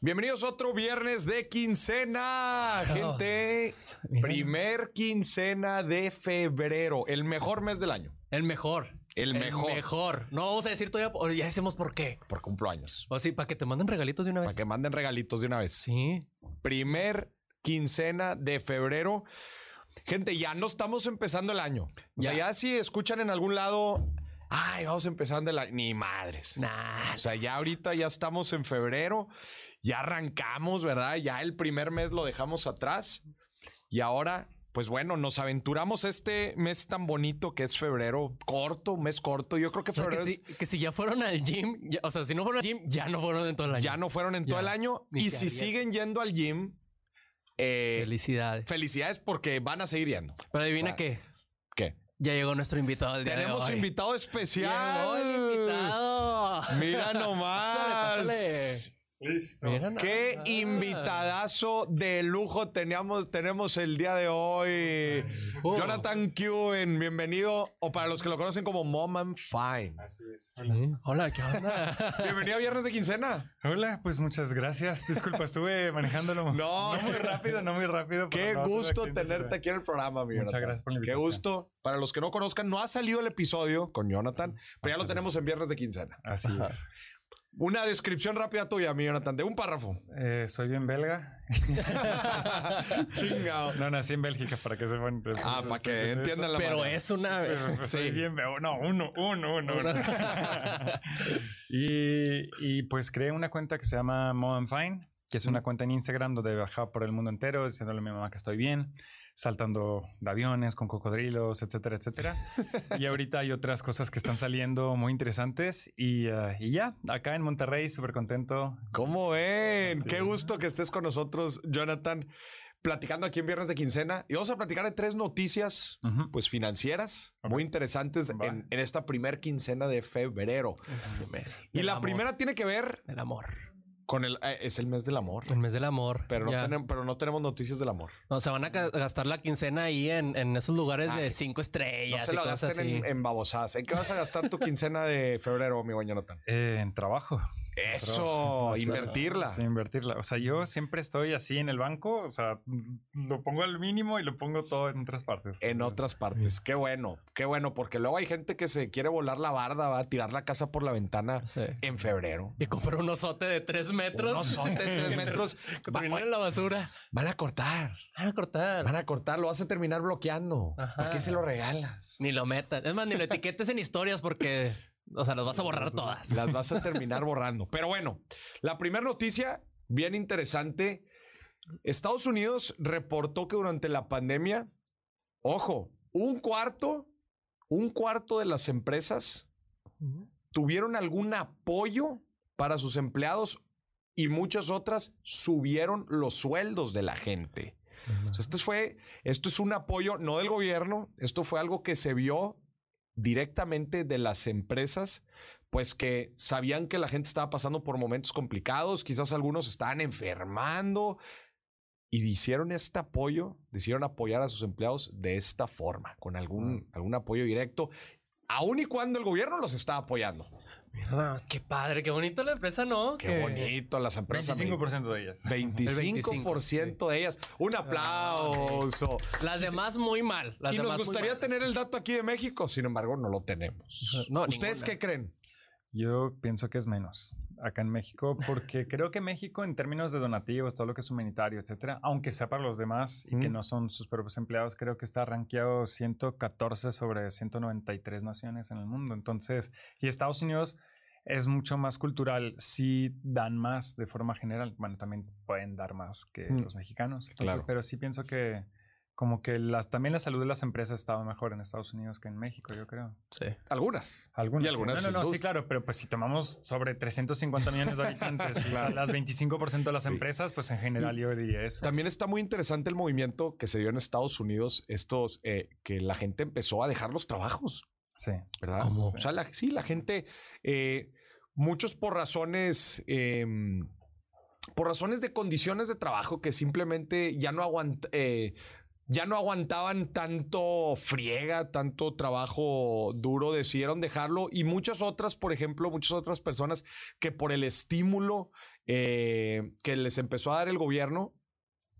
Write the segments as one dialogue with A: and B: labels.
A: Bienvenidos a otro viernes de quincena, gente.
B: Oh, mira.
A: Primer quincena de febrero, el mejor mes del año,
B: El mejor.
A: El mejor.
B: mejor. No vamos a decir todavía, o ya decimos por qué.
A: por cumpleaños.
B: O sí, para que te manden regalitos de una
A: Para
B: vez.
A: que manden regalitos de una vez.
B: Pues Sí.
A: Primer quincena de febrero. Gente, ya no estamos empezando el año. O sea,
B: Ya.
A: ya si escuchan en algún lado, ay, vamos empezando el año. Ni madres.
B: Nah.
A: O sea, ya ahorita ya estamos en febrero, ya arrancamos, ¿verdad? Ya el primer mes lo dejamos atrás y ahora, pues bueno, nos aventuramos este mes tan bonito que es febrero, corto, mes corto. Yo creo que
B: O sea, que,
A: febrero es-
B: si, que si ya fueron al gym, ya- o sea, si no fueron al gym, ya no fueron en todo el año.
A: ya no fueron en todo
B: Ya.
A: el año
B: Ni
A: y
B: se
A: si
B: arriesgan.
A: siguen yendo al gym, eh,
B: Felicidades.
A: felicidades porque van a seguir yendo.
B: Pero adivina
A: O sea,
B: qué.
A: ¿Qué?
B: Ya llegó nuestro invitado del día
A: Tenemos
B: de hoy.
A: invitado
B: Llegó
A: especial.
B: el invitado.
A: Mira
B: Pásale,
A: nomás.
B: pásale. Mira nada
A: Qué
B: más.
A: invitadazo de lujo teníamos, tenemos el día de hoy.
B: Oh.
A: Jonathan Kewen, bienvenido, o para los que lo conocen como Mom and Fine.
C: Así es.
B: Sí. Hola, ¿qué onda?
A: Bienvenido a Viernes de Quincena.
C: Hola, pues muchas gracias. Disculpa, estuve manejándolo.
A: No.
C: muy rápido, no muy rápido. pero
A: Qué
C: no, tuve
A: gusto
C: accidente,
A: tenerte
C: tuve.
A: aquí en el programa, mi
C: Muchas
A: Jonathan.
C: gracias por la
A: Qué
C: invitación.
A: gusto. Para los que no conozcan, no ha salido el episodio con Jonathan, pero ya lo tenemos en Viernes de Quincena.
C: Así es.
A: Una descripción rápida tuya, mi Jonathan, de un párrafo.
C: Eh, soy bien belga.
A: Chingao.
C: No, nací en Bélgica para que sepan.
A: Ah, para que entiendan la
B: Pero
A: manera.
B: es una.
C: Pero soy
B: Sí.
C: bien belga. No, uno, uno, uno. uno. y, y pues creé una cuenta que se llama Mom and Fine, que es una cuenta en Instagram donde viajaba por el mundo entero diciéndole a mi mamá que estoy bien, saltando de aviones con cocodrilos, etcétera, etcétera. y ahorita hay otras cosas que están saliendo muy interesantes y, eh, y ya, acá en Monterrey, súper contento.
A: ¿Cómo ven?
C: Sí.
A: Qué gusto que estés con nosotros, Jonathan, platicando aquí en Viernes de Quincena. Y vamos a platicar de tres noticias
C: Ujú.
A: pues financieras
C: Ok.
A: muy interesantes
C: Va.
A: en, en esta primer quincena de febrero. Y
B: Del
A: la
B: amor.
A: primera tiene que ver
B: El amor.
A: con el... eh, es el mes del amor,
B: El mes del amor.
A: pero no,
B: ya.
A: tenemos, pero no tenemos noticias del amor.
B: No, se van a ca- gastar la quincena ahí en, en esos lugares
A: Ah,
B: de cinco
A: No
B: estrellas
A: se
B: y
A: lo
B: cosas
A: gasten
B: así.
A: en, en babosadas. ¿En qué vas a gastar tu quincena de febrero, amigo Jonathan?
C: Eh, en trabajo.
A: Eso,
B: Pues,
A: invertirla.
C: Sí, invertirla. O sea, yo siempre estoy así en el banco, o sea, lo pongo al mínimo y lo pongo todo en otras partes.
A: En otras partes. Qué bueno, qué bueno, porque luego hay gente que se quiere volar la barda, va a tirar la casa por la ventana
B: Sí.
A: en febrero.
B: Y comprar un osote de tres metros.
A: Unos sotes, tres metros.
B: Que
A: Va-
B: terminar en la basura.
A: van a cortar,
B: Van a cortar.
A: van a cortar, lo vas a terminar bloqueando.
B: Ajá.
A: ¿Para qué se lo regalas?
B: Ni lo metas. Es más, ni lo etiquetes en historias porque, o sea, las vas a borrar todas.
A: Las vas a terminar borrando. Pero bueno, la primera noticia, bien interesante. Estados Unidos reportó que durante la pandemia, ojo, un cuarto, un cuarto de las empresas tuvieron algún apoyo para sus empleados y muchas otras subieron los sueldos de la gente. O sea, este fue, esto es un apoyo no del gobierno, esto fue algo que se vio directamente de las empresas, pues que sabían que la gente estaba pasando por momentos complicados, quizás algunos estaban enfermando y hicieron este apoyo, decidieron apoyar a sus empleados de esta forma, con algún, algún apoyo directo, aun y cuando el gobierno los está apoyando.
B: Mira, nada más, qué padre, qué bonito la empresa, ¿no?
A: Qué
B: Que-
A: bonito las empresas.
C: 25% de ellas.
A: 25% de ellas. Un aplauso.
B: Las demás muy mal. Ah, Las
A: y nos
B: demás muy
A: gustaría
B: mal.
A: tener el dato aquí de México, sin embargo, no lo tenemos.
B: No,
A: ¿Ustedes
B: ninguna.
A: qué creen?
C: Yo pienso que es menos acá en México, porque creo que México, en términos de donativos, todo lo que es humanitario, etcétera, aunque sea para los demás y que
A: Mm.
C: no son sus propios empleados, creo que está rankeado 114 sobre 193 naciones en el mundo. Entonces, y Estados Unidos es mucho más cultural. Si dan más de forma general, bueno, también pueden dar más que
A: Mm.
C: los mexicanos. Entonces,
A: Claro.
C: Pero sí pienso que. Como que las, también la salud de las empresas estaba mejor en Estados Unidos que en México, yo creo.
B: Sí.
A: Algunas.
C: Algunas.
A: Y
C: sí.
A: algunas
C: No, no, no,
A: sin
C: sí,
A: luz.
C: claro, pero pues si tomamos sobre 350 millones de habitantes, la- las 25% de las
A: Sí.
C: empresas, pues en general yo diría eso.
A: También está muy interesante el movimiento que se dio en Estados Unidos, estos eh, que la gente empezó a dejar los trabajos,
C: Sí.
A: ¿verdad?
B: ¿Cómo?
A: O sea, la- sí, la gente, eh, muchos por razones, eh, por razones de condiciones de trabajo que simplemente ya no aguanta, eh, ya no aguantaban tanto friega, tanto trabajo duro, decidieron dejarlo y muchas otras, por ejemplo, muchas otras personas que por el estímulo eh, que les empezó a dar el gobierno,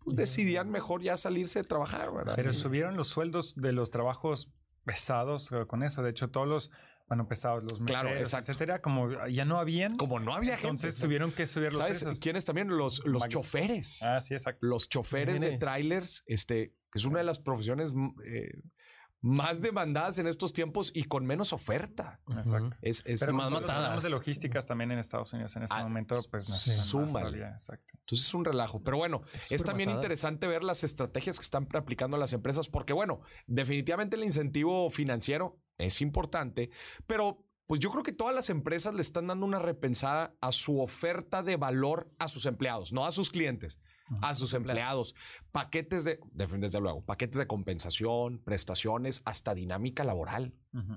A: pues, decidían mejor ya salirse de trabajar, ¿verdad?
C: Pero subieron los sueldos de los trabajos pesados eh, con eso. De hecho, todos los, bueno, pesados, los
A: Claro,
C: meseros,
A: exacto.
C: etcétera, como ya no habían,
A: Como no había gente.
C: entonces tuvieron que subir los
A: ¿Sabes
C: precios.
A: quiénes también? Los, los
C: Mag-
A: choferes.
C: Ah, sí, exacto.
A: los choferes de
B: Mire.
A: trailers, este, que es una de las profesiones mm, eh, más demandadas en estos tiempos y con menos oferta.
C: Exacto.
A: Es, es-
C: Pero
B: más
C: más
B: matadas.
C: matadas. de logísticas también en Estados Unidos en este
A: Ah,
C: momento, pues no
A: sí.
C: están más
A: súmale.
C: todavía, Exacto.
A: entonces es un relajo. Pero bueno, es
B: súper
A: también
B: matada.
A: interesante ver las estrategias que están aplicando las empresas, porque bueno, definitivamente el incentivo financiero es importante, pero pues yo creo que todas las empresas le están dando una repensada a su oferta de valor a sus empleados, no a sus clientes. a sus empleados. Paquetes de, de- desde luego, paquetes de compensación, prestaciones, hasta dinámica laboral.
C: Ujú.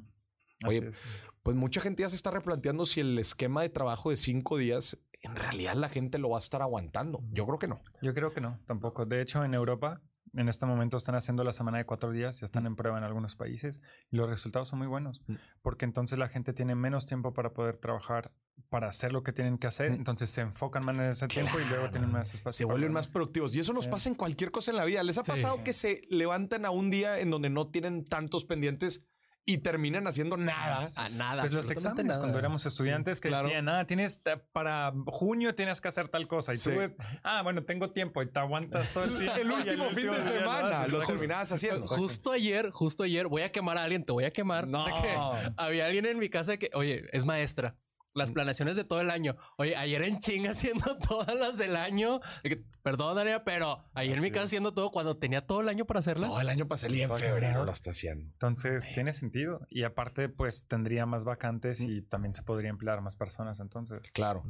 A: Oye,
C: Así es.
A: Pues mucha gente ya se está replanteando si el esquema de trabajo de cinco días, en realidad la gente lo va a estar aguantando. Yo creo que no.
C: Yo creo que no, tampoco. De hecho, en Europa, en este momento están haciendo la semana de cuatro días, ya están en prueba en algunos países y los resultados son muy buenos,
A: Mm.
C: porque entonces la gente tiene menos tiempo para poder trabajar, para hacer lo que tienen que hacer,
A: Mm.
C: entonces se enfocan más en ese tiempo y luego
A: Claro.
C: tienen más espacio.
A: Se
C: para
A: vuelven más
C: demás.
A: productivos. Y eso nos
C: Sí.
A: pasa en cualquier cosa en la vida. ¿Les ha
B: Sí.
A: pasado que se levantan a un día en donde no tienen tantos pendientes y terminan haciendo nada?
B: A nada.
C: Pues los
B: absolutamente
C: exámenes
B: nada.
C: cuando éramos estudiantes que
A: claro.
C: decían, ah, tienes ta- para junio tienes que hacer tal cosa y
A: Sí.
C: tú, es, ah, bueno, tengo tiempo y te aguantas todo el tiempo.
A: El
C: y al
A: último fin de
C: día pues, lo
A: semana
C: haces.
A: lo
C: Exacto.
A: terminabas haciendo.
B: Justo ayer, justo ayer, voy a quemar a alguien, te voy a quemar.
A: No.
B: De que había alguien en mi casa que, oye, es maestra. Las
A: Mm.
B: planaciones de todo el año. Oye, ayer en chinga haciendo todas las del año. De que, Perdón, Daria, pero ayer en mi casa haciendo todo cuando tenía todo el año para hacerlas.
A: Todo el año pasé y en
C: Exacto.
A: febrero lo está haciendo.
C: Entonces tiene sentido. Y aparte, pues tendría más vacantes y también se podría emplear más personas. Entonces,
A: Claro.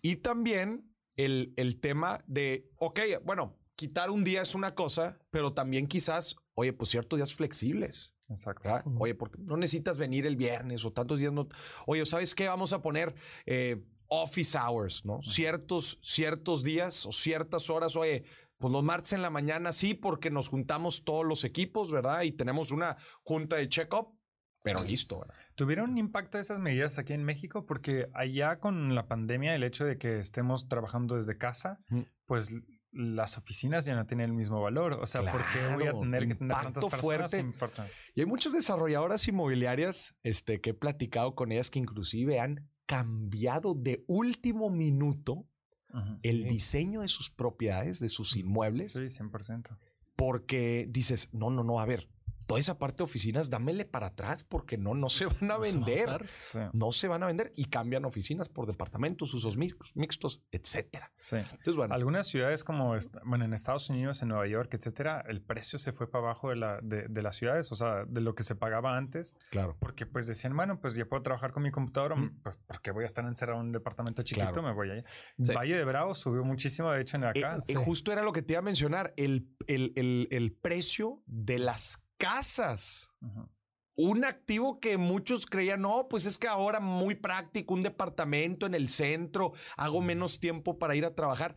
A: Y también el, el tema de, ok, bueno, quitar un día es una cosa, pero también quizás, oye, pues ciertos días flexibles.
C: exacto.
A: ¿verdad? Oye, porque no necesitas venir el viernes o tantos días no. Oye, ¿sabes qué? Vamos a poner eh, office hours, ¿no? Ciertos, ciertos días o ciertas horas, oye. Pues los martes en la mañana sí, porque nos juntamos todos los equipos, ¿verdad? Y tenemos una junta de check-up, pero listo, ¿verdad?
C: ¿Tuvieron un impacto esas medidas aquí en México? Porque allá con la pandemia, el hecho de que estemos trabajando desde casa,
A: Mm.
C: pues l- las oficinas ya no tienen el mismo valor. O sea, ¿por qué voy a
A: Claro,
C: tener que tener tantas
A: impacto
C: personas?
A: fuerte.
C: sin personas?
A: Y hay muchas desarrolladoras inmobiliarias este, que he platicado con ellas que inclusive han cambiado de último minuto
C: Ujú.
A: el
B: Sí.
A: diseño de sus propiedades, de sus inmuebles,
C: Sí, 100%.
A: porque dices, no, no, no, a ver, toda esa parte de oficinas, dámele para atrás porque no, no se van a
B: No se va
A: vender.
B: usar.
C: Sí,
A: no se van a vender y cambian oficinas por departamentos, usos mix- mixtos, etcétera.
C: sí.
A: Entonces, bueno,
C: Algunas ciudades como, est- bueno, en Estados Unidos, en Nueva York, etcétera, el precio se fue para abajo de, la, de, de las ciudades, o sea, de lo que se pagaba antes,
A: claro.
C: porque pues decían, bueno, pues ya puedo trabajar con mi computadora,
A: Mm.
C: pues porque voy a estar encerrado en un departamento chiquito,
A: Claro.
C: me voy allá.
B: Sí.
C: Valle de Bravo subió muchísimo, de hecho, en
A: Eh,
C: acá.
A: eh, justo era lo que te iba a mencionar, el, el- el- el precio de las casas.
C: Ujú.
A: un activo que muchos creían, no, pues es que ahora muy práctico, un departamento en el centro, hago menos tiempo para ir a trabajar,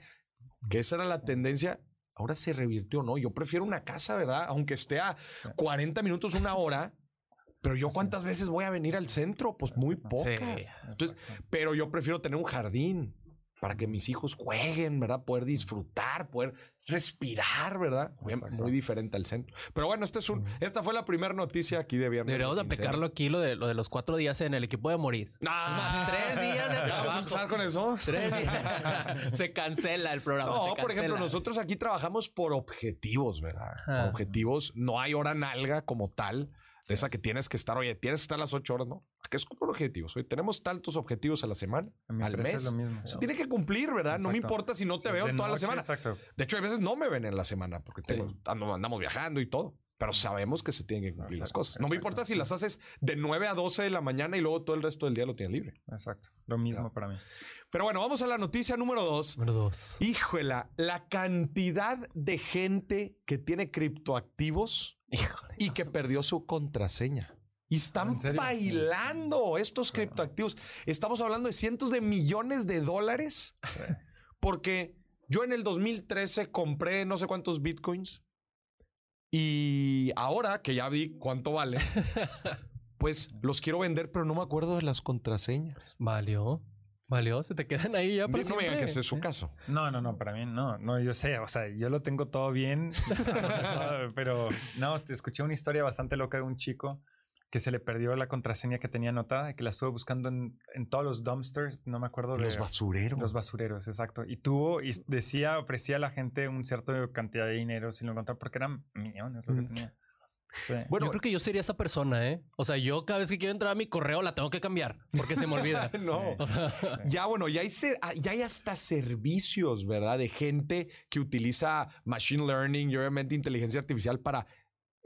A: que esa era la tendencia. Ahora se revirtió, ¿no? Yo prefiero una casa, ¿verdad? Aunque esté a 40 minutos, una hora, pero yo
C: Sí.
A: cuántas veces voy a venir al centro? Pues muy pocas.
B: Sí.
A: Entonces,
C: Exacto.
A: Pero yo prefiero tener un jardín para que mis hijos jueguen, ¿verdad? Poder disfrutar, poder respirar, ¿verdad? Muy-
C: Exacto.
A: Muy diferente al centro. Pero bueno, este es un, esta fue la primera noticia aquí de viernes. de
B: Deberíamos de
A: quincena.
B: aplicarlo aquí, lo de, lo de los cuatro días en el equipo de Moris.
A: Ah,
B: Es más, tres días de
A: ¿Ya vamos a
B: trabajo.
A: empezar con eso?
B: Tres días. se cancela el programa. se
A: No, por
B: cancela.
A: ejemplo, nosotros aquí trabajamos por objetivos, ¿verdad? Por
B: Ajá.
A: objetivos. No hay hora nalga como tal, de esa que tienes que estar, oye, tienes que estar las ocho horas, ¿no? Aquí es por objetivos. Oye, tenemos tantos objetivos a la semana,
C: En mi
A: al
C: empresa
A: mes.
C: es lo mismo.
A: Se tiene que cumplir, ¿verdad? No me
C: Exacto.
A: importa si no te
C: Sí,
A: veo
C: de
A: toda la
C: noche,
A: semana.
C: Exacto.
A: De hecho, a veces no me ven en la semana porque tengo-
B: Sí.
A: ando- andamos viajando y todo. Pero sabemos que se tienen que cumplir las
C: Exacto,
A: cosas. No me
C: exacto.
A: importa si las haces de 9 a 12 de la mañana y luego todo el resto del día lo tienes libre.
C: Exacto. Lo mismo para mí.
A: Pero bueno, vamos a la noticia número 2.
B: Número dos.
A: Híjola, la cantidad de gente que tiene criptoactivos
B: Híjole.
A: y que perdió su contraseña. Y están
C: ¿En serio?
A: bailando estos
C: Claro.
A: criptoactivos. Estamos hablando de cientos de millones de dólares porque yo en el 2013 compré no sé cuántos bitcoins Y ahora que ya vi cuánto vale, pues los quiero vender, pero no me acuerdo de las contraseñas.
B: Valió. Valió. Se te quedan ahí
A: No
B: ya
A: me
B: para
A: digan que
B: siempre.
A: ese es su caso.
C: No, no, no, para mí no, no, yo sé, o sea, yo lo tengo todo bien, pero no, te escuché una historia bastante loca de un chico que se le perdió la contraseña que tenía anotada y que la estuvo buscando en, en todos los dumpsters, no me acuerdo de
A: Los basureros.
C: los basureros, exacto, y tuvo y decía, ofrecía a la gente un cierto cantidad de dinero sin lo encontrar porque eran millones lo que
B: Mm.
C: tenía. Sí.
A: Bueno,
B: yo creo que yo sería esa persona, ¿eh? O sea, yo cada vez que quiero entrar a mi correo la tengo que cambiar porque se me olvida.
A: no.
C: Sí.
A: Ya, bueno, ya hay, ser- ah, ya hay hasta servicios, ¿verdad? De gente que utiliza machine learning y obviamente inteligencia artificial para,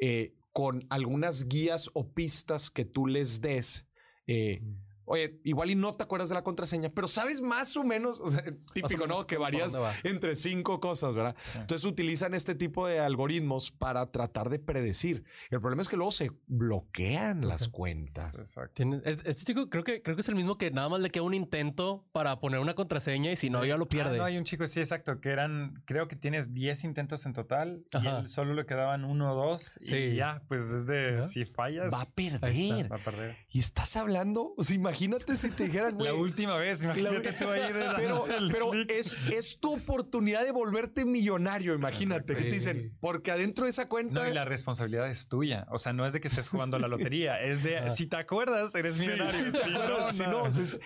A: eh, con algunas guías o pistas que tú les des. eh, oye, igual y no te acuerdas de la contraseña, pero sabes más o menos, o sea,
B: Más o
A: típico,
B: menos
A: ¿no? Que
B: por
A: varías
B: dónde va.
A: entre cinco cosas, ¿verdad?
C: Sí.
A: Entonces utilizan este tipo de algoritmos para tratar de predecir. El problema es que luego se bloquean las cuentas.
C: Exacto.
B: Tiene- es- Este chico creo que creo que es el mismo que nada más le queda un intento para poner una contraseña y si no
C: Sí.
B: ya lo
C: Ah,
B: pierde.
C: no, hay un chico, sí, exacto, que eran, creo que tienes 10 intentos en total y
B: Ajá.
C: él solo le quedaban uno o dos
B: Sí.
C: y ya, pues es de,
B: Ajá.
C: si fallas,
A: Va a
B: Ahí
A: perder.
B: está.
C: va a perder.
A: Y estás hablando, o sea, imagínate si te dijeran,
C: La
A: "Güey,
C: última vez, imagínate tú ahí de
A: Pero,
C: el
A: pero
C: clic.
A: es, es tu oportunidad de volverte millonario, imagínate. Que te
B: Sí.
A: dicen, porque adentro de esa cuenta...
C: No, y la responsabilidad es tuya. O sea, no es de que estés jugando a la lotería, es de si te acuerdas, eres
A: Sí,
C: millonario.
A: sí, te
C: Si
A: acuerdas, si no, o sea, es-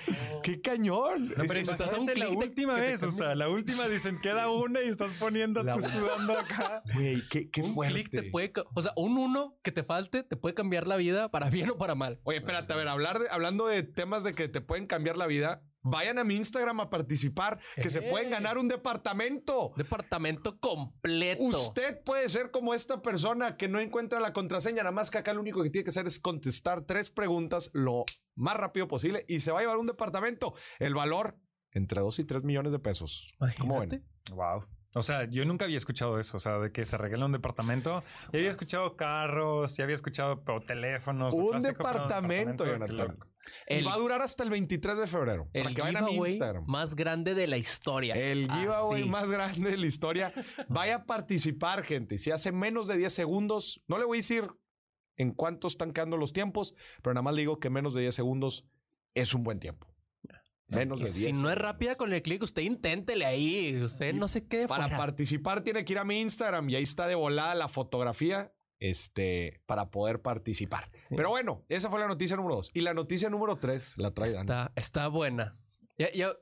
A: ¡Qué cañón!
C: No,
A: Es-
C: pero
A: es-
B: estás a un
C: imagínate la
B: clic de
C: última
B: que te
C: vez, o sea, la última dicen queda una y estás poniendo
A: La
C: tú
A: u-
C: sudando acá.
A: güey, qué, qué
B: un
A: fuerte.
B: clic te puede, ca- o sea, un uno que te falte te puede cambiar la vida para bien o para mal.
A: Oye, espérate, a ver, hablar de- hablando de temas de que te pueden cambiar la vida, vayan a mi Instagram a participar, que se
B: Eh.
A: pueden ganar un departamento.
B: Departamento completo.
A: Usted puede ser como esta persona que no encuentra la contraseña, nada más que acá lo único que tiene que hacer es contestar tres preguntas lo más rápido posible y se va a llevar un departamento. El valor entre 2 y 3 millones de pesos. ¿Cómo ven?
B: Imagínate.
C: Wow. O sea, yo nunca había escuchado eso, o sea, de que se regala un departamento. Y había escuchado carros, y había escuchado pero, teléfonos. lo
A: Un
C: clásico, pero
A: departamento,
C: qué
A: Jonathan.
C: loco.
A: y
B: El,
A: va a durar hasta el 23 de febrero.
B: el
A: para que vayan a mi
B: giveaway
A: Instagram.
B: más grande de la historia.
A: El giveaway
B: Así.
A: más grande de la historia. Vaya a participar, gente. Si hace menos de 10 segundos, no le voy a decir en cuánto están quedando los tiempos, pero nada más le digo que menos de 10 segundos es un buen tiempo. Menos
B: Y
A: de 10.
B: si no es
A: segundos.
B: rápida con el clic, usted inténtele ahí. Usted no se quede
A: Para
B: fuera.
A: participar tiene que ir a mi Instagram y ahí está de volada la fotografía este, para poder participar.
B: Sí.
A: Pero bueno, esa fue la noticia número 2. Y la noticia número 3 la trae Dani.
B: Está, está buena. Ya- ya-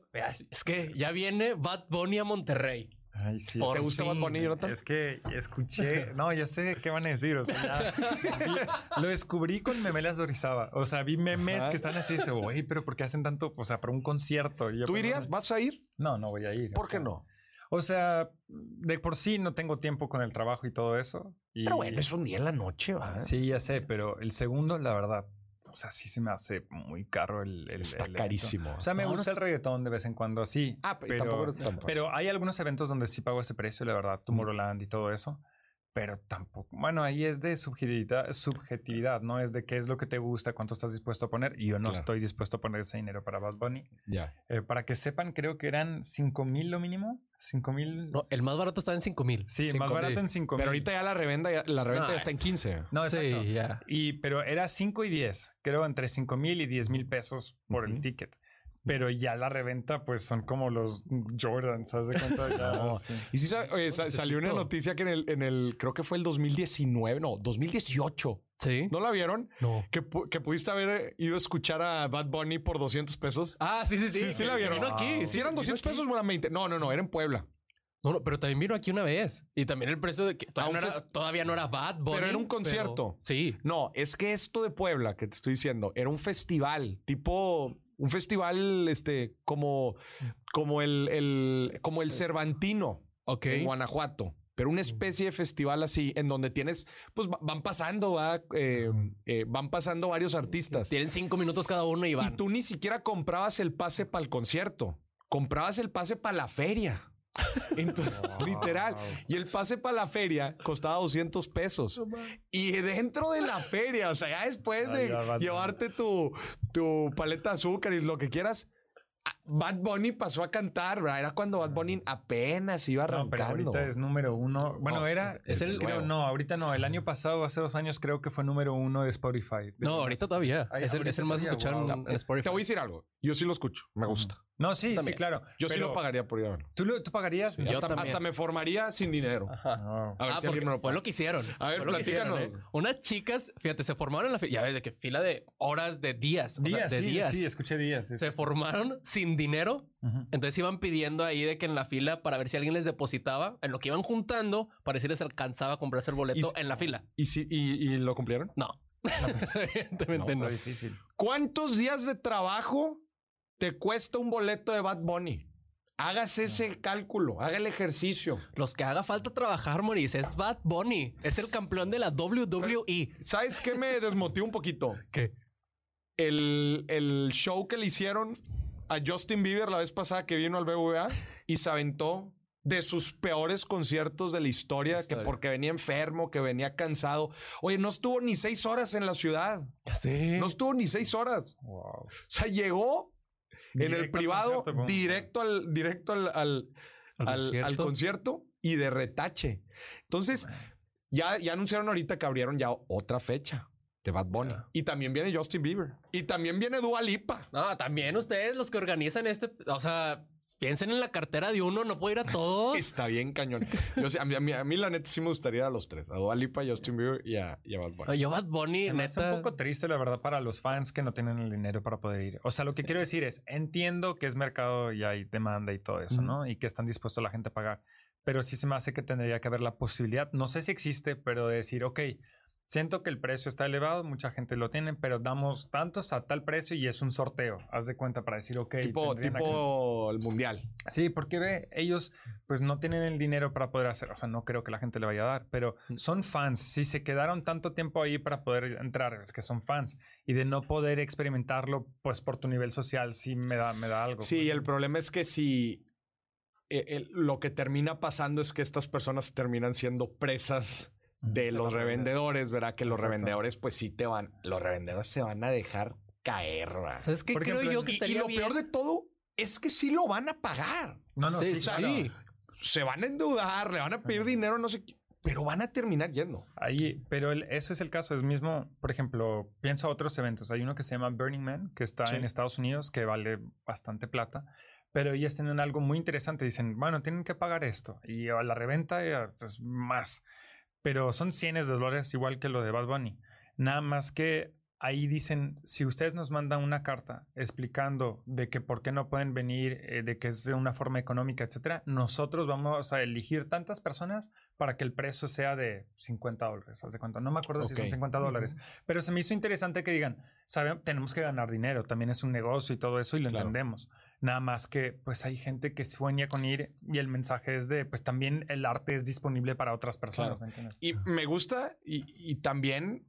B: es que ya viene Bad Bunny a Monterrey.
C: Ay, sí.
B: Por
A: ¿Te gusta Bad
B: fin.
A: Bunny, Jonathan?
C: Es que escuché, no, ya sé qué van a decir, o sea, ya- lo descubrí con Memelas de Orizaba, o sea, vi memes
A: Ajá.
C: que están así, dice, güey, pero ¿por qué hacen tanto, o sea, para un concierto? Y yo,
A: ¿Tú
C: pues,
A: irías?
C: no,
A: ¿Vas a ir?
C: No, no voy a ir. o
A: ¿Por qué
C: sea.
A: no?
C: O sea, de por sí no tengo tiempo con el trabajo y todo eso. y-
A: Pero bueno, es un día en la noche, va.
C: Sí, ya sé, pero el segundo, la verdad, o sea, sí se me hace muy caro el... el- el
A: Está
C: evento.
A: carísimo.
C: O sea, me
B: No, no
C: gusta el reggaetón de vez en cuando, así.
A: Ah, pero, tampoco, tampoco.
C: Pero hay algunos eventos donde sí pago ese precio, la verdad, Tomorrowland y todo eso. Pero tampoco, bueno, ahí es de subjetividad, subjetividad, ¿no? Es de qué es lo que te gusta, cuánto estás dispuesto a poner. Y yo no
A: Claro.
C: estoy dispuesto a poner ese dinero para Bad Bunny.
A: ya.
C: Eh, para que sepan, creo que eran 5 mil lo mínimo. 5 mil.
B: No, el más barato está en 5 mil.
C: sí, más barato en 5 mil.
A: Pero ahorita ya la revenda, ya- la reventa
B: No,
A: ya está en 15.
C: No, exacto.
B: Sí, ya.
C: Y, pero era 5 y 10, creo entre 5 mil y 10 mil pesos por
A: Ujú.
C: el ticket. Pero ya la reventa, pues son como los Jordans, ¿sabes de cuenta? Ya,
A: No.
C: sí.
A: Y sí, sa- oye, sa- salió una
B: necesito.
A: noticia que en el, en el, creo que fue el 2019, no, 2018.
B: Sí.
A: ¿No la vieron?
B: No.
A: Que, pu- que pudiste haber eh, ido a escuchar a Bad Bunny por 200 pesos.
B: Ah, sí, sí, sí.
A: Sí, sí la vieron.
B: Vino aquí.
C: Wow.
A: Si eran
B: vino
A: 200
B: aquí.
A: pesos, eran 20. No, no, no, era en Puebla.
B: No, no, pero también vino aquí una vez. Y también el precio de que
A: Aún
B: todavía, no era,
A: fue-
B: todavía no era Bad Bunny.
A: era un concierto.
B: Sí.
A: No, es que esto de Puebla que te estoy diciendo era un festival, tipo un festival este como como el, el- como el Cervantino
B: Ok.
A: en Guanajuato, pero
C: Mm.
A: una especie de festival así en donde tienes pues va- van pasando va, eh, eh, van pasando varios artistas
B: Tienen cinco minutos cada uno y
A: y
B: van.
A: tú ni siquiera comprabas el pase para el concierto, comprabas el pase para la feria. Entonces, literal. Y el pase para la feria costaba 200 pesos. Y dentro de la feria, o sea, ya después
C: Ay,
A: de
C: ya va.
A: llevarte tu, tu paleta de azúcar y lo que quieras, a- Bad Bunny pasó a cantar, ¿verdad? Era cuando Bad Bunny apenas iba
C: Ah. No,
A: arrancando.
C: pero ahorita es número uno. Bueno,
A: No,
C: era.
B: es el
C: creo,
A: nuevo.
C: no, ahorita no. El año pasado, hace dos años, creo que fue número uno de Spotify.
B: No, ahorita todavía.
C: Ay,
B: es, el,
C: ahorita
B: es el más
C: todavía,
B: escuchado
C: wow.
B: en- en Spotify.
A: Te voy a decir algo. Yo sí lo escucho. Me gusta.
C: No, sí, sí,
B: También.
C: claro.
A: Yo sí
C: Pero,
A: lo pagaría por ir a verlo.
C: ¿Tú, lo- tú pagarías?
B: Yo
A: hasta,
B: también.
A: hasta me formaría sin dinero.
B: Ajá.
C: No.
A: A ver
B: Ah,
A: si
B: porque
A: alguien me lo
B: fue
A: paga.
B: lo que hicieron.
A: A ver,
B: Fue lo que hicieron,
A: platícanos.
B: ¿eh? Unas chicas, fíjate, se formaron en la fila. Ya ves, de que fila de horas, de días. o sea,
C: Días,
B: de
C: sí,
B: días.
C: sí, escuché días. sí.
B: se formaron sin dinero.
C: Ujú.
B: Entonces iban pidiendo ahí de que en la fila para ver si alguien les depositaba. En lo que iban juntando para si les alcanzaba a comprarse el boleto
A: Y-
B: en la fila.
A: ¿Y, si, y, y lo cumplieron?
B: No.
C: pues,
B: Evidentemente
C: Está
B: no.
C: difícil.
A: ¿Cuántos días de trabajo te cuesta un boleto de Bad Bunny? Hágase ese cálculo, haga el ejercicio.
B: Los que haga falta trabajar, Moris, es Bad Bunny. Es el campeón de la E. WWE.
A: ¿Sabes qué me desmotivó un poquito?
B: ¿Qué?
A: El, el show que le hicieron a Justin Bieber la vez pasada que vino al BBVA y se aventó de sus peores conciertos de la historia,
B: La historia.
A: que porque venía enfermo, que venía cansado. Oye, no estuvo ni seis horas en la ciudad.
B: Ya sé.
A: No estuvo ni seis horas.
C: Wow.
A: O sea, llegó en
C: Directo
A: el
C: al
A: privado,
C: concierto, pum.
A: directo al, directo al, al-
B: Al
A: al- al concierto.
B: concierto.
A: y de retache. Entonces, ya, ya anunciaron ahorita que abrieron ya otra fecha de Bad Bunny.
B: Ya.
A: Y también viene Justin Bieber. Y también viene Dua Lipa.
B: No, también ustedes, los que organizan este, o sea, piensen en la cartera de uno, no puedo ir a todos.
A: Está bien cañón. Yo sé, a, mí, a mí- a mí la neta sí me gustaría ir a los tres. A Dua Lipa, a Justin Bieber y a, y a Bad Bunny.
B: Yo, Bad Bunny,
C: Se me hace
B: neta.
C: un poco triste, la verdad, para los fans que no tienen el dinero para poder ir. O sea, lo que quiero decir es, entiendo que es mercado y hay demanda y todo eso,
A: Ujú.
C: ¿no? Y que están dispuestos la gente a pagar. Pero sí se me hace que tendría que haber la posibilidad, no sé si existe, pero de decir, ok, siento que el precio está elevado, mucha gente lo tiene, pero damos tantos a tal precio y es un sorteo. Haz de cuenta para decir, ok,
A: tipo
C: tendrían acceso.
A: tipo el mundial.
C: Sí, porque ve, ellos pues no tienen el dinero para poder hacer, o sea, no creo que la gente le vaya a dar, pero
A: Mm.
C: son fans, si se quedaron tanto tiempo ahí para poder entrar, es que son fans, y de no poder experimentarlo, pues por tu nivel social, sí me da, me da algo.
A: Sí,
C: pues.
A: el problema es que si eh, el- lo que termina pasando es que estas personas terminan siendo presas de
C: De
A: los
C: los
A: revendedores, ¿verdad? Que los
C: Exacto.
A: revendedores, pues sí te van, los revendedores se van a dejar caer. ¿verdad?
B: ¿Sabes qué?
C: Por
B: Creo
C: ejemplo,
B: yo que
A: Y,
B: estaría
A: y lo
B: bien.
A: peor de todo es que sí lo van a pagar.
C: No, no,
B: Sí,
C: sí,
B: sí,
C: claro.
B: sí.
A: Se van a endeudar, le van a pedir
C: Ajá.
A: dinero, no sé qué, pero van a terminar yendo.
C: Ahí, pero el- eso es el caso, es mismo, por ejemplo, pienso a otros eventos, hay uno que se llama Burning Man, que está
A: Sí.
C: en Estados Unidos, que vale bastante plata, pero ellas tienen algo muy interesante, dicen, bueno, tienen que pagar esto, y a la reventa eh, es más, pero son cienes de dólares igual que lo de Bad Bunny, nada más que ahí dicen, si ustedes nos mandan una carta explicando de que por qué no pueden venir, eh, de que es de una forma económica, etcétera, nosotros vamos a elegir tantas personas para que el precio sea de 50 dólares. haz de cuenta. No me acuerdo si
A: Ok.
C: son 50 dólares, pero se me hizo interesante que digan, saben, tenemos que ganar dinero, también es un negocio y todo eso y lo
A: Claro.
C: entendemos. Nada más que pues hay gente que sueña con ir y el mensaje es de, pues también el arte es disponible para otras personas,
A: Claro.
C: ¿me entiendes?
A: Y me gusta y, y también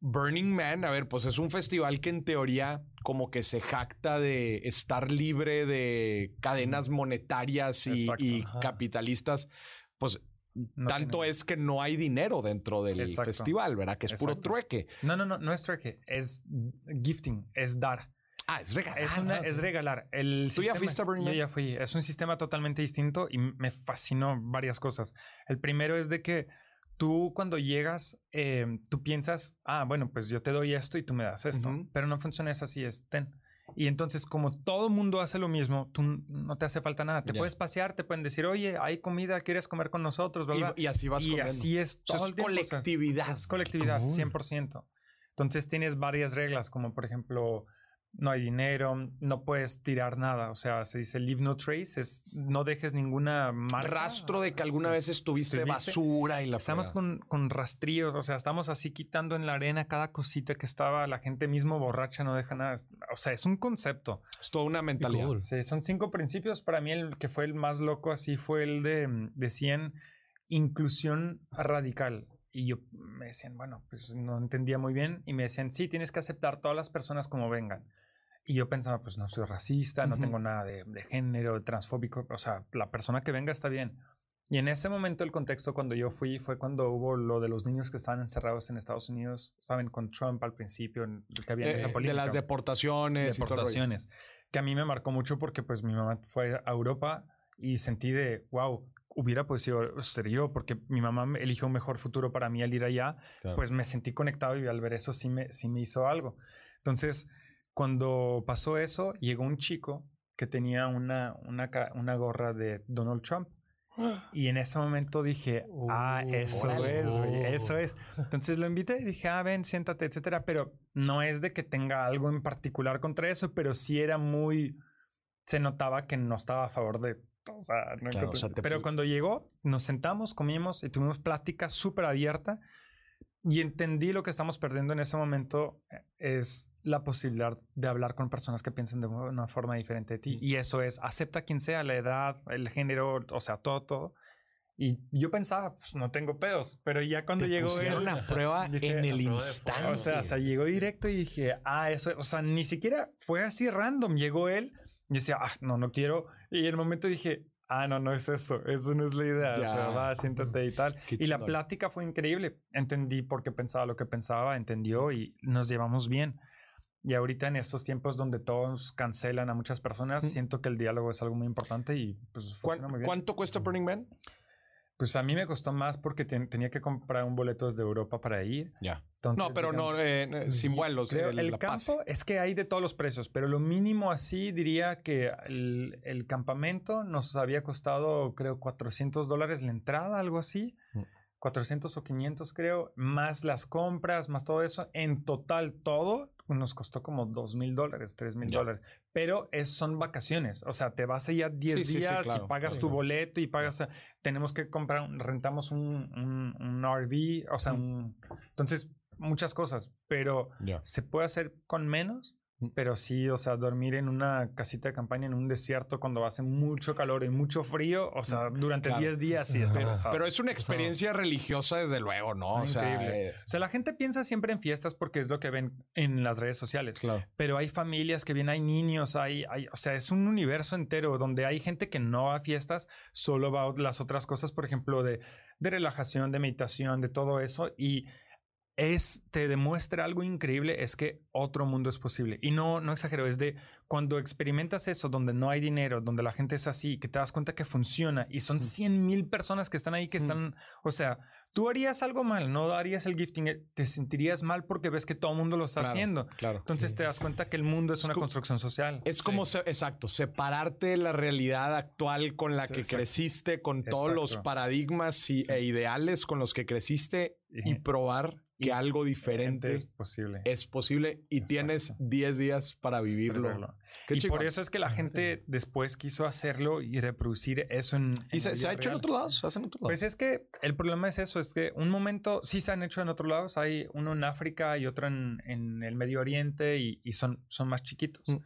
A: Burning Man, a ver, pues es un festival que en teoría como que se jacta de estar libre de cadenas monetarias y,
C: Exacto.
A: y
B: Ajá.
A: capitalistas. Pues
C: No
A: tanto
C: tienen-
A: es que no hay dinero dentro del
C: Exacto.
A: festival, ¿verdad? Que es puro
C: Exacto.
A: trueque.
C: No, no, no, no es trueque, es gifting, es dar.
A: Ah, es regalar.
C: Es, una-
A: ¿no?
C: es regalar. El
A: ¿Tú ya fuiste a Burning
C: Yo
A: Man?
C: ya fui. Es un sistema totalmente distinto y m- me fascinó varias cosas. El primero es de que tú cuando llegas, eh, tú piensas, ah, bueno, pues yo te doy esto y tú me das esto.
A: Ujú.
C: Pero no funciona es así, es ten. Y entonces, como todo mundo hace lo mismo, tú n- no te hace falta nada. Te
A: Ya.
C: puedes pasear, te pueden decir, oye, hay comida, quieres comer con nosotros, bla,
A: Y-
C: bla.
A: Y, así vas
C: Y,
A: comiendo.
C: así es
A: O sea,
C: todo
A: es
C: el tiempo, o sea,
A: colectividad.
C: es colectividad,
B: cool.
C: 100%. Entonces tienes varias reglas, como por ejemplo, no hay dinero, no puedes tirar nada. O sea, se dice leave no trace, es no dejes ninguna marca.
A: Rastro de que alguna
C: Sí.
A: vez estuviste,
C: Estuviste-
A: basura y la
C: Estamos
A: fregada.
C: con, con rastrillos, o sea, estamos así quitando en la arena cada cosita que estaba, la gente mismo borracha no deja nada. O sea, es un concepto.
A: Es toda una mentalidad.
B: Cool.
C: Sí, son cinco principios. Para mí el que fue el más loco así fue el de, mm, decían, inclusión radical. Y yo me decían, bueno, pues no entendía muy bien. Y me decían, sí, tienes que aceptar todas las personas como vengan. Y yo pensaba, pues no soy racista, no
A: Ujú.
C: tengo nada de, de género, de transfóbico. O sea, la persona que venga está bien. Y en ese momento el contexto cuando yo fui fue cuando hubo lo de los niños que estaban encerrados en Estados Unidos, saben, con Trump al principio, en- que había
A: Eh,
C: esa
A: de
C: política.
A: las deportaciones. y todo el rollo.
C: deportaciones, que a mí me marcó mucho porque pues mi mamá fue a Europa y sentí de, wow, hubiera podido ser yo porque mi mamá me eligió un mejor futuro para mí al ir allá,
A: Claro.
C: pues me sentí conectado y al ver eso sí me, sí me hizo algo. Entonces, cuando pasó eso, llegó un chico que tenía una, una, ca- una gorra de Donald Trump. Y en ese momento dije, ah,
B: Uh,
C: eso
B: órale.
C: es, güey,
B: Oh.
C: eso es. Entonces lo invité y dije, ah, ven, siéntate, etcétera. Pero no es de que tenga algo en particular contra eso, pero sí era muy. Se notaba que no estaba a favor de. O sea, no
A: Claro,
C: encontré-
A: o sea, te
C: pero
A: pu-
C: cuando llegó, nos sentamos, comimos y tuvimos plática súper abierta y entendí lo que estamos perdiendo en ese momento eh, es la posibilidad de hablar con personas que piensen de una forma diferente de ti.
A: Mm.
C: Y eso es, acepta quien sea, la edad, el género, o sea, todo, todo. Y yo pensaba, pues no tengo pedos, pero ya cuando
A: Te
C: llegó
A: pusieron
C: él,
A: a prueba
C: Dije,
A: en
B: a
A: el
B: prueba de
A: instante.
B: fuego.
C: o sea, o sea, llegó directo y dije, ah, eso, o sea, ni siquiera fue así random, llegó él y decía, ah, no, no quiero. Y en el momento dije, ah, no, no es eso, eso no es la idea, o
A: Ya.
C: sea, va, siéntate y tal.
A: Qué
C: Y la
A: chingón.
C: plática fue increíble. Entendí por qué pensaba lo que pensaba, entendió y nos llevamos bien. Y ahorita en estos tiempos donde todos cancelan a muchas personas,
A: Mm.
C: siento que el diálogo es algo muy importante y pues
A: ¿Cuán-
C: funciona muy bien.
A: ¿Cuánto cuesta Burning Man?
C: Pues a mí me costó más porque ten- tenía que comprar un boleto desde Europa para ir.
A: Ya.
C: Entonces,
A: No, pero
C: digamos
A: no, eh, sin vuelos.
C: Creo
A: el,
C: el,
A: la
C: campo
A: pase.
C: es que hay de todos los precios, pero lo mínimo así diría que el, el campamento nos había costado, creo, 400 dólares la entrada, algo así.
A: Mm.
C: 400 o 500, creo, más las compras, más todo eso. En total, todo nos costó como 2 mil dólares, 3 mil
A: Ya.
C: dólares. Pero es, son vacaciones. O sea, te vas allá 10
A: Sí, sí, sí,
C: días
A: claro,
C: y pagas
A: claro,
C: tu
A: claro.
C: boleto y pagas. eh, Tenemos que comprar, un- rentamos un, un- un RV, o sea,
A: Mm.
C: un- entonces muchas cosas, pero
A: Ya.
C: se puede hacer con menos,
A: Mm.
C: pero sí, o sea, dormir en una casita de campaña en un desierto cuando hace mucho calor y mucho frío, o sea, durante
A: Mm, Claro.
C: 10 días sí estoy
B: Ajá.
C: rezado.
A: Pero es una experiencia religiosa, desde luego, ¿no? O sea,
C: Increíble.
A: eh,
C: o sea, la gente piensa siempre en fiestas porque es lo que ven en las redes sociales,
A: claro.
C: pero hay familias que vienen, hay niños, hay, hay, o sea, es un universo entero donde hay gente que no va a fiestas, solo va a las otras cosas, por ejemplo, de, de relajación, de meditación, de todo eso, y es, te demuestra algo increíble, es que otro mundo es posible. Y no, no exagero, es de cuando experimentas eso, donde no hay dinero, donde la gente es así, que te das cuenta que funciona, y son 100 mil personas que están ahí, que
A: Mm.
C: están, o sea, tú harías algo mal, no harías el gifting, eh, te sentirías mal porque ves que todo el mundo lo está
A: Claro.
C: haciendo.
A: claro.
C: Entonces te das cuenta que el mundo es una
A: co-
C: construcción social.
A: Es como, se- exacto, separarte de la realidad actual con la
C: Sí,
A: que
C: exacto.
A: creciste, con todos los
C: Exacto.
A: paradigmas y-
C: Sí.
A: e ideales con los que creciste y
C: Ujú.
A: probar que algo diferente
C: es posible.
A: es posible y
C: Exacto.
A: tienes 10 días para
C: Para
A: vivirlo.
C: verlo.
A: Qué
C: y por
A: chingón.
C: eso es que la gente después quiso hacerlo y reproducir eso en.
A: ¿Y
C: en
A: se,
C: la
A: se ha
C: vida
A: hecho en
C: real.
A: otros lados? ¿Se hace en otros lados?
C: Pues es que el problema es eso, es que un momento sí se han hecho en otros lados, hay uno en África y otro en, en el Medio Oriente y, y son, son más chiquitos.
A: Mm.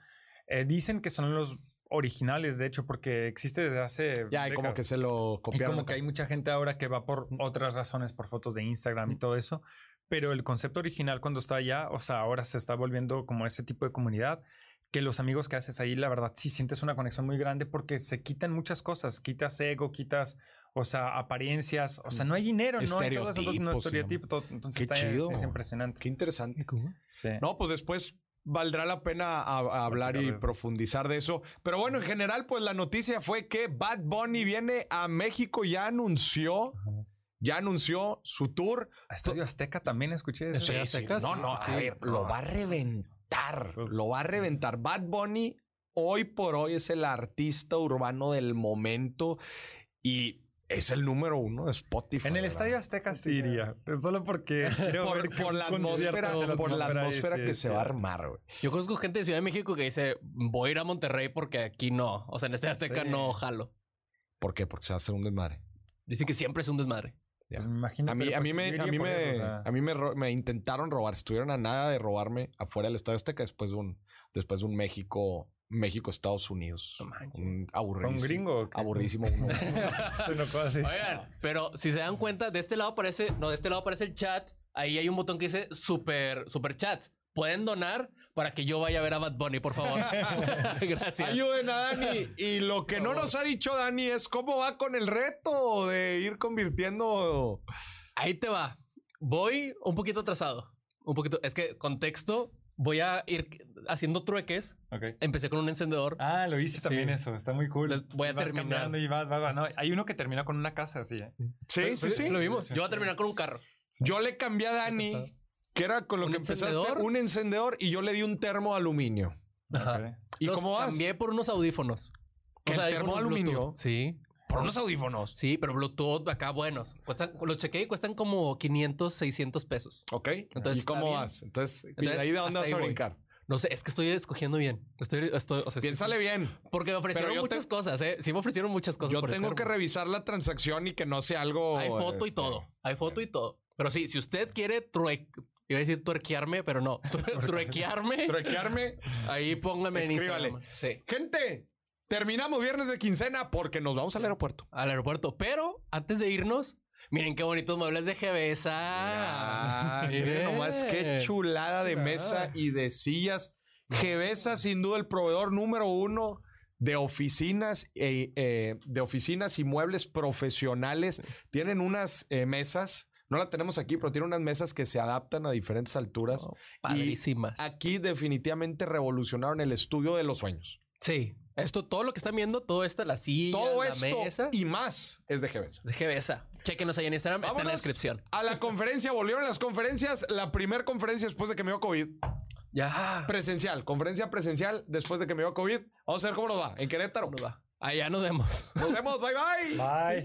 C: Eh, dicen que son los originales, de hecho, porque existe desde hace...
A: ya, y como
C: décadas.
A: que se lo
C: Y
A: copiaron.
C: como que hay mucha gente ahora que va por otras razones, por fotos de Instagram y todo eso, pero el concepto original cuando está allá, o sea, ahora se está volviendo como ese tipo de comunidad que los amigos que haces ahí, la verdad, sí sientes una conexión muy grande porque se quitan muchas cosas, quitas ego, quitas, o sea, apariencias, o sea, no hay dinero, no hay todo eso, entonces no es
A: Estereotipos,
C: estereotipo, todo- entonces
A: Qué
C: está, es-
A: chido.
C: es, impresionante.
A: Qué interesante.
C: Sí.
A: No, pues después valdrá la pena a- a hablar
C: Platicar
A: y
C: de eso.
A: profundizar de eso. Pero bueno, en general, pues la noticia fue que Bad Bunny viene a México, ya anunció, ya anunció su tour.
C: Estadio Azteca también escuché. eso.
B: Estoy
A: Sí, sí.
B: Aztecas.
A: No, no,
B: Sí.
A: a ver, lo va a reventar,
C: Pues
A: lo va a reventar. Bad Bunny hoy por hoy es el artista urbano del momento y es el número uno de Spotify.
C: En el
A: ¿verdad?
C: Estadio Azteca sí iría, solo porque quiero ver
A: Por,
C: qué
A: por la
C: concierto
A: atmósfera,
C: se lo
A: por la
C: atmósfera ahí,
A: atmósfera
C: sí,
A: que
C: sí,
A: se va a
C: sí.
A: armar, güey.
B: Yo conozco gente de Ciudad de México que dice, voy a ir a Monterrey porque aquí no. O sea, en este Azteca
C: Sí.
B: no jalo.
A: ¿Por qué? Porque se hace un desmadre.
B: Dicen que siempre es un desmadre.
A: Ya.
C: Pues me imagino,
A: A mí,
C: pero
A: a mí
C: pues
A: me,
C: yo
A: a
C: iría
A: mí
C: por
A: me,
C: eso, o sea,
A: a mí me, ro- me intentaron robar, estuvieron a nada de robarme afuera del Estadio Azteca después de un, después de un México, México Estados Unidos,
B: No manches.
A: un
C: ¿Fue
A: aburridísimo,
C: un gringo. o qué?
A: aburridísimo uno.
C: Sí, una cosa así.
B: Oigan, pero si se dan cuenta, de este lado aparece, no, de este lado aparece el chat. Ahí hay un botón que dice super, super chat. Pueden donar, para que yo vaya a ver a Bad Bunny, por favor. Gracias.
A: Ayuden a Dani. Y lo que no nos ha dicho Dani es cómo va con el reto de ir convirtiendo.
B: Ahí te va. Voy un poquito atrasado. Un poquito. Es que contexto, voy a ir haciendo trueques.
C: Ok.
B: Empecé con un encendedor.
C: Ah, lo hice también eso. Está muy cool.
B: Les voy a
C: Y vas
B: terminar.
C: cambiando y vas, vas, vas. No, hay uno que termina con una casa así. ¿eh?
A: Sí, sí, sí.
B: Lo vimos. Yo voy a terminar con un carro.
A: Yo le cambié a Dani, que era con lo
B: ¿Un
A: que empezaste,
B: encendedor?
A: un encendedor y yo le di un termo de aluminio.
B: Ajá.
C: Ok.
A: ¿Y
B: Los
A: cómo vas?
B: Cambié por unos audífonos.
A: ¿Que el termo
B: audífonos
A: aluminio?
B: Bluetooth. Sí.
A: Por unos audífonos.
B: Sí, pero Bluetooth acá buenos. Cuestan, los chequeé y cuestan como 500, 600 pesos.
A: Ok.
B: Entonces,
A: ¿Y
B: está
A: cómo
B: bien.
A: vas? Entonces, ¿y
B: Entonces,
A: de ahí de dónde
B: hasta
A: vas
B: ahí
A: a
B: voy. Pues
A: brincar?
B: No sé, es que estoy escogiendo bien. Estoy, estoy, o sea,
A: Piénsale bien.
B: Porque me ofrecieron
A: yo te-
B: muchas cosas, ¿eh? Sí me ofrecieron muchas cosas.
A: Yo
B: por el
A: tengo que
B: termo.
A: revisar la transacción y que no sea algo.
B: Hay foto y
A: este,
B: todo. Hay foto y todo. Pero sí, si usted quiere true... Iba a decir tuerquearme, pero no. Tru- Truequearme.
A: Truequearme.
B: Ahí póngame en
A: Escríbale.
B: Instagram. Sí.
A: Gente, terminamos viernes de quincena porque nos vamos al aeropuerto.
B: Al aeropuerto. Pero antes de irnos, miren qué bonitos muebles de GBSA.
A: Ah, miren nomás qué chulada de mesa y de sillas. Gevesa, sin duda, el proveedor número uno de oficinas, eh, eh, de oficinas y muebles profesionales. Tienen unas eh, mesas, no la tenemos aquí, pero tienen unas mesas que se adaptan a diferentes alturas.
B: Oh, Padrísimas.
A: Aquí definitivamente revolucionaron el estudio de los sueños.
B: Sí. Esto, todo lo que están viendo, todo esto, la silla,
A: Todo
B: la
A: esto
B: mesa.
A: y más es de Gevesa.
B: De GBSA. Chequenos ahí en Instagram. Está en la
A: Vámonos
B: descripción.
A: A la conferencia, volvieron las conferencias. La primera conferencia después de que me dio COVID. Ah.
B: Ya.
A: Presencial, conferencia presencial después de que me dio COVID. Vamos a ver cómo nos va en Querétaro.
B: Nos va. Allá nos vemos.
A: Nos vemos, bye. bye.
C: Bye.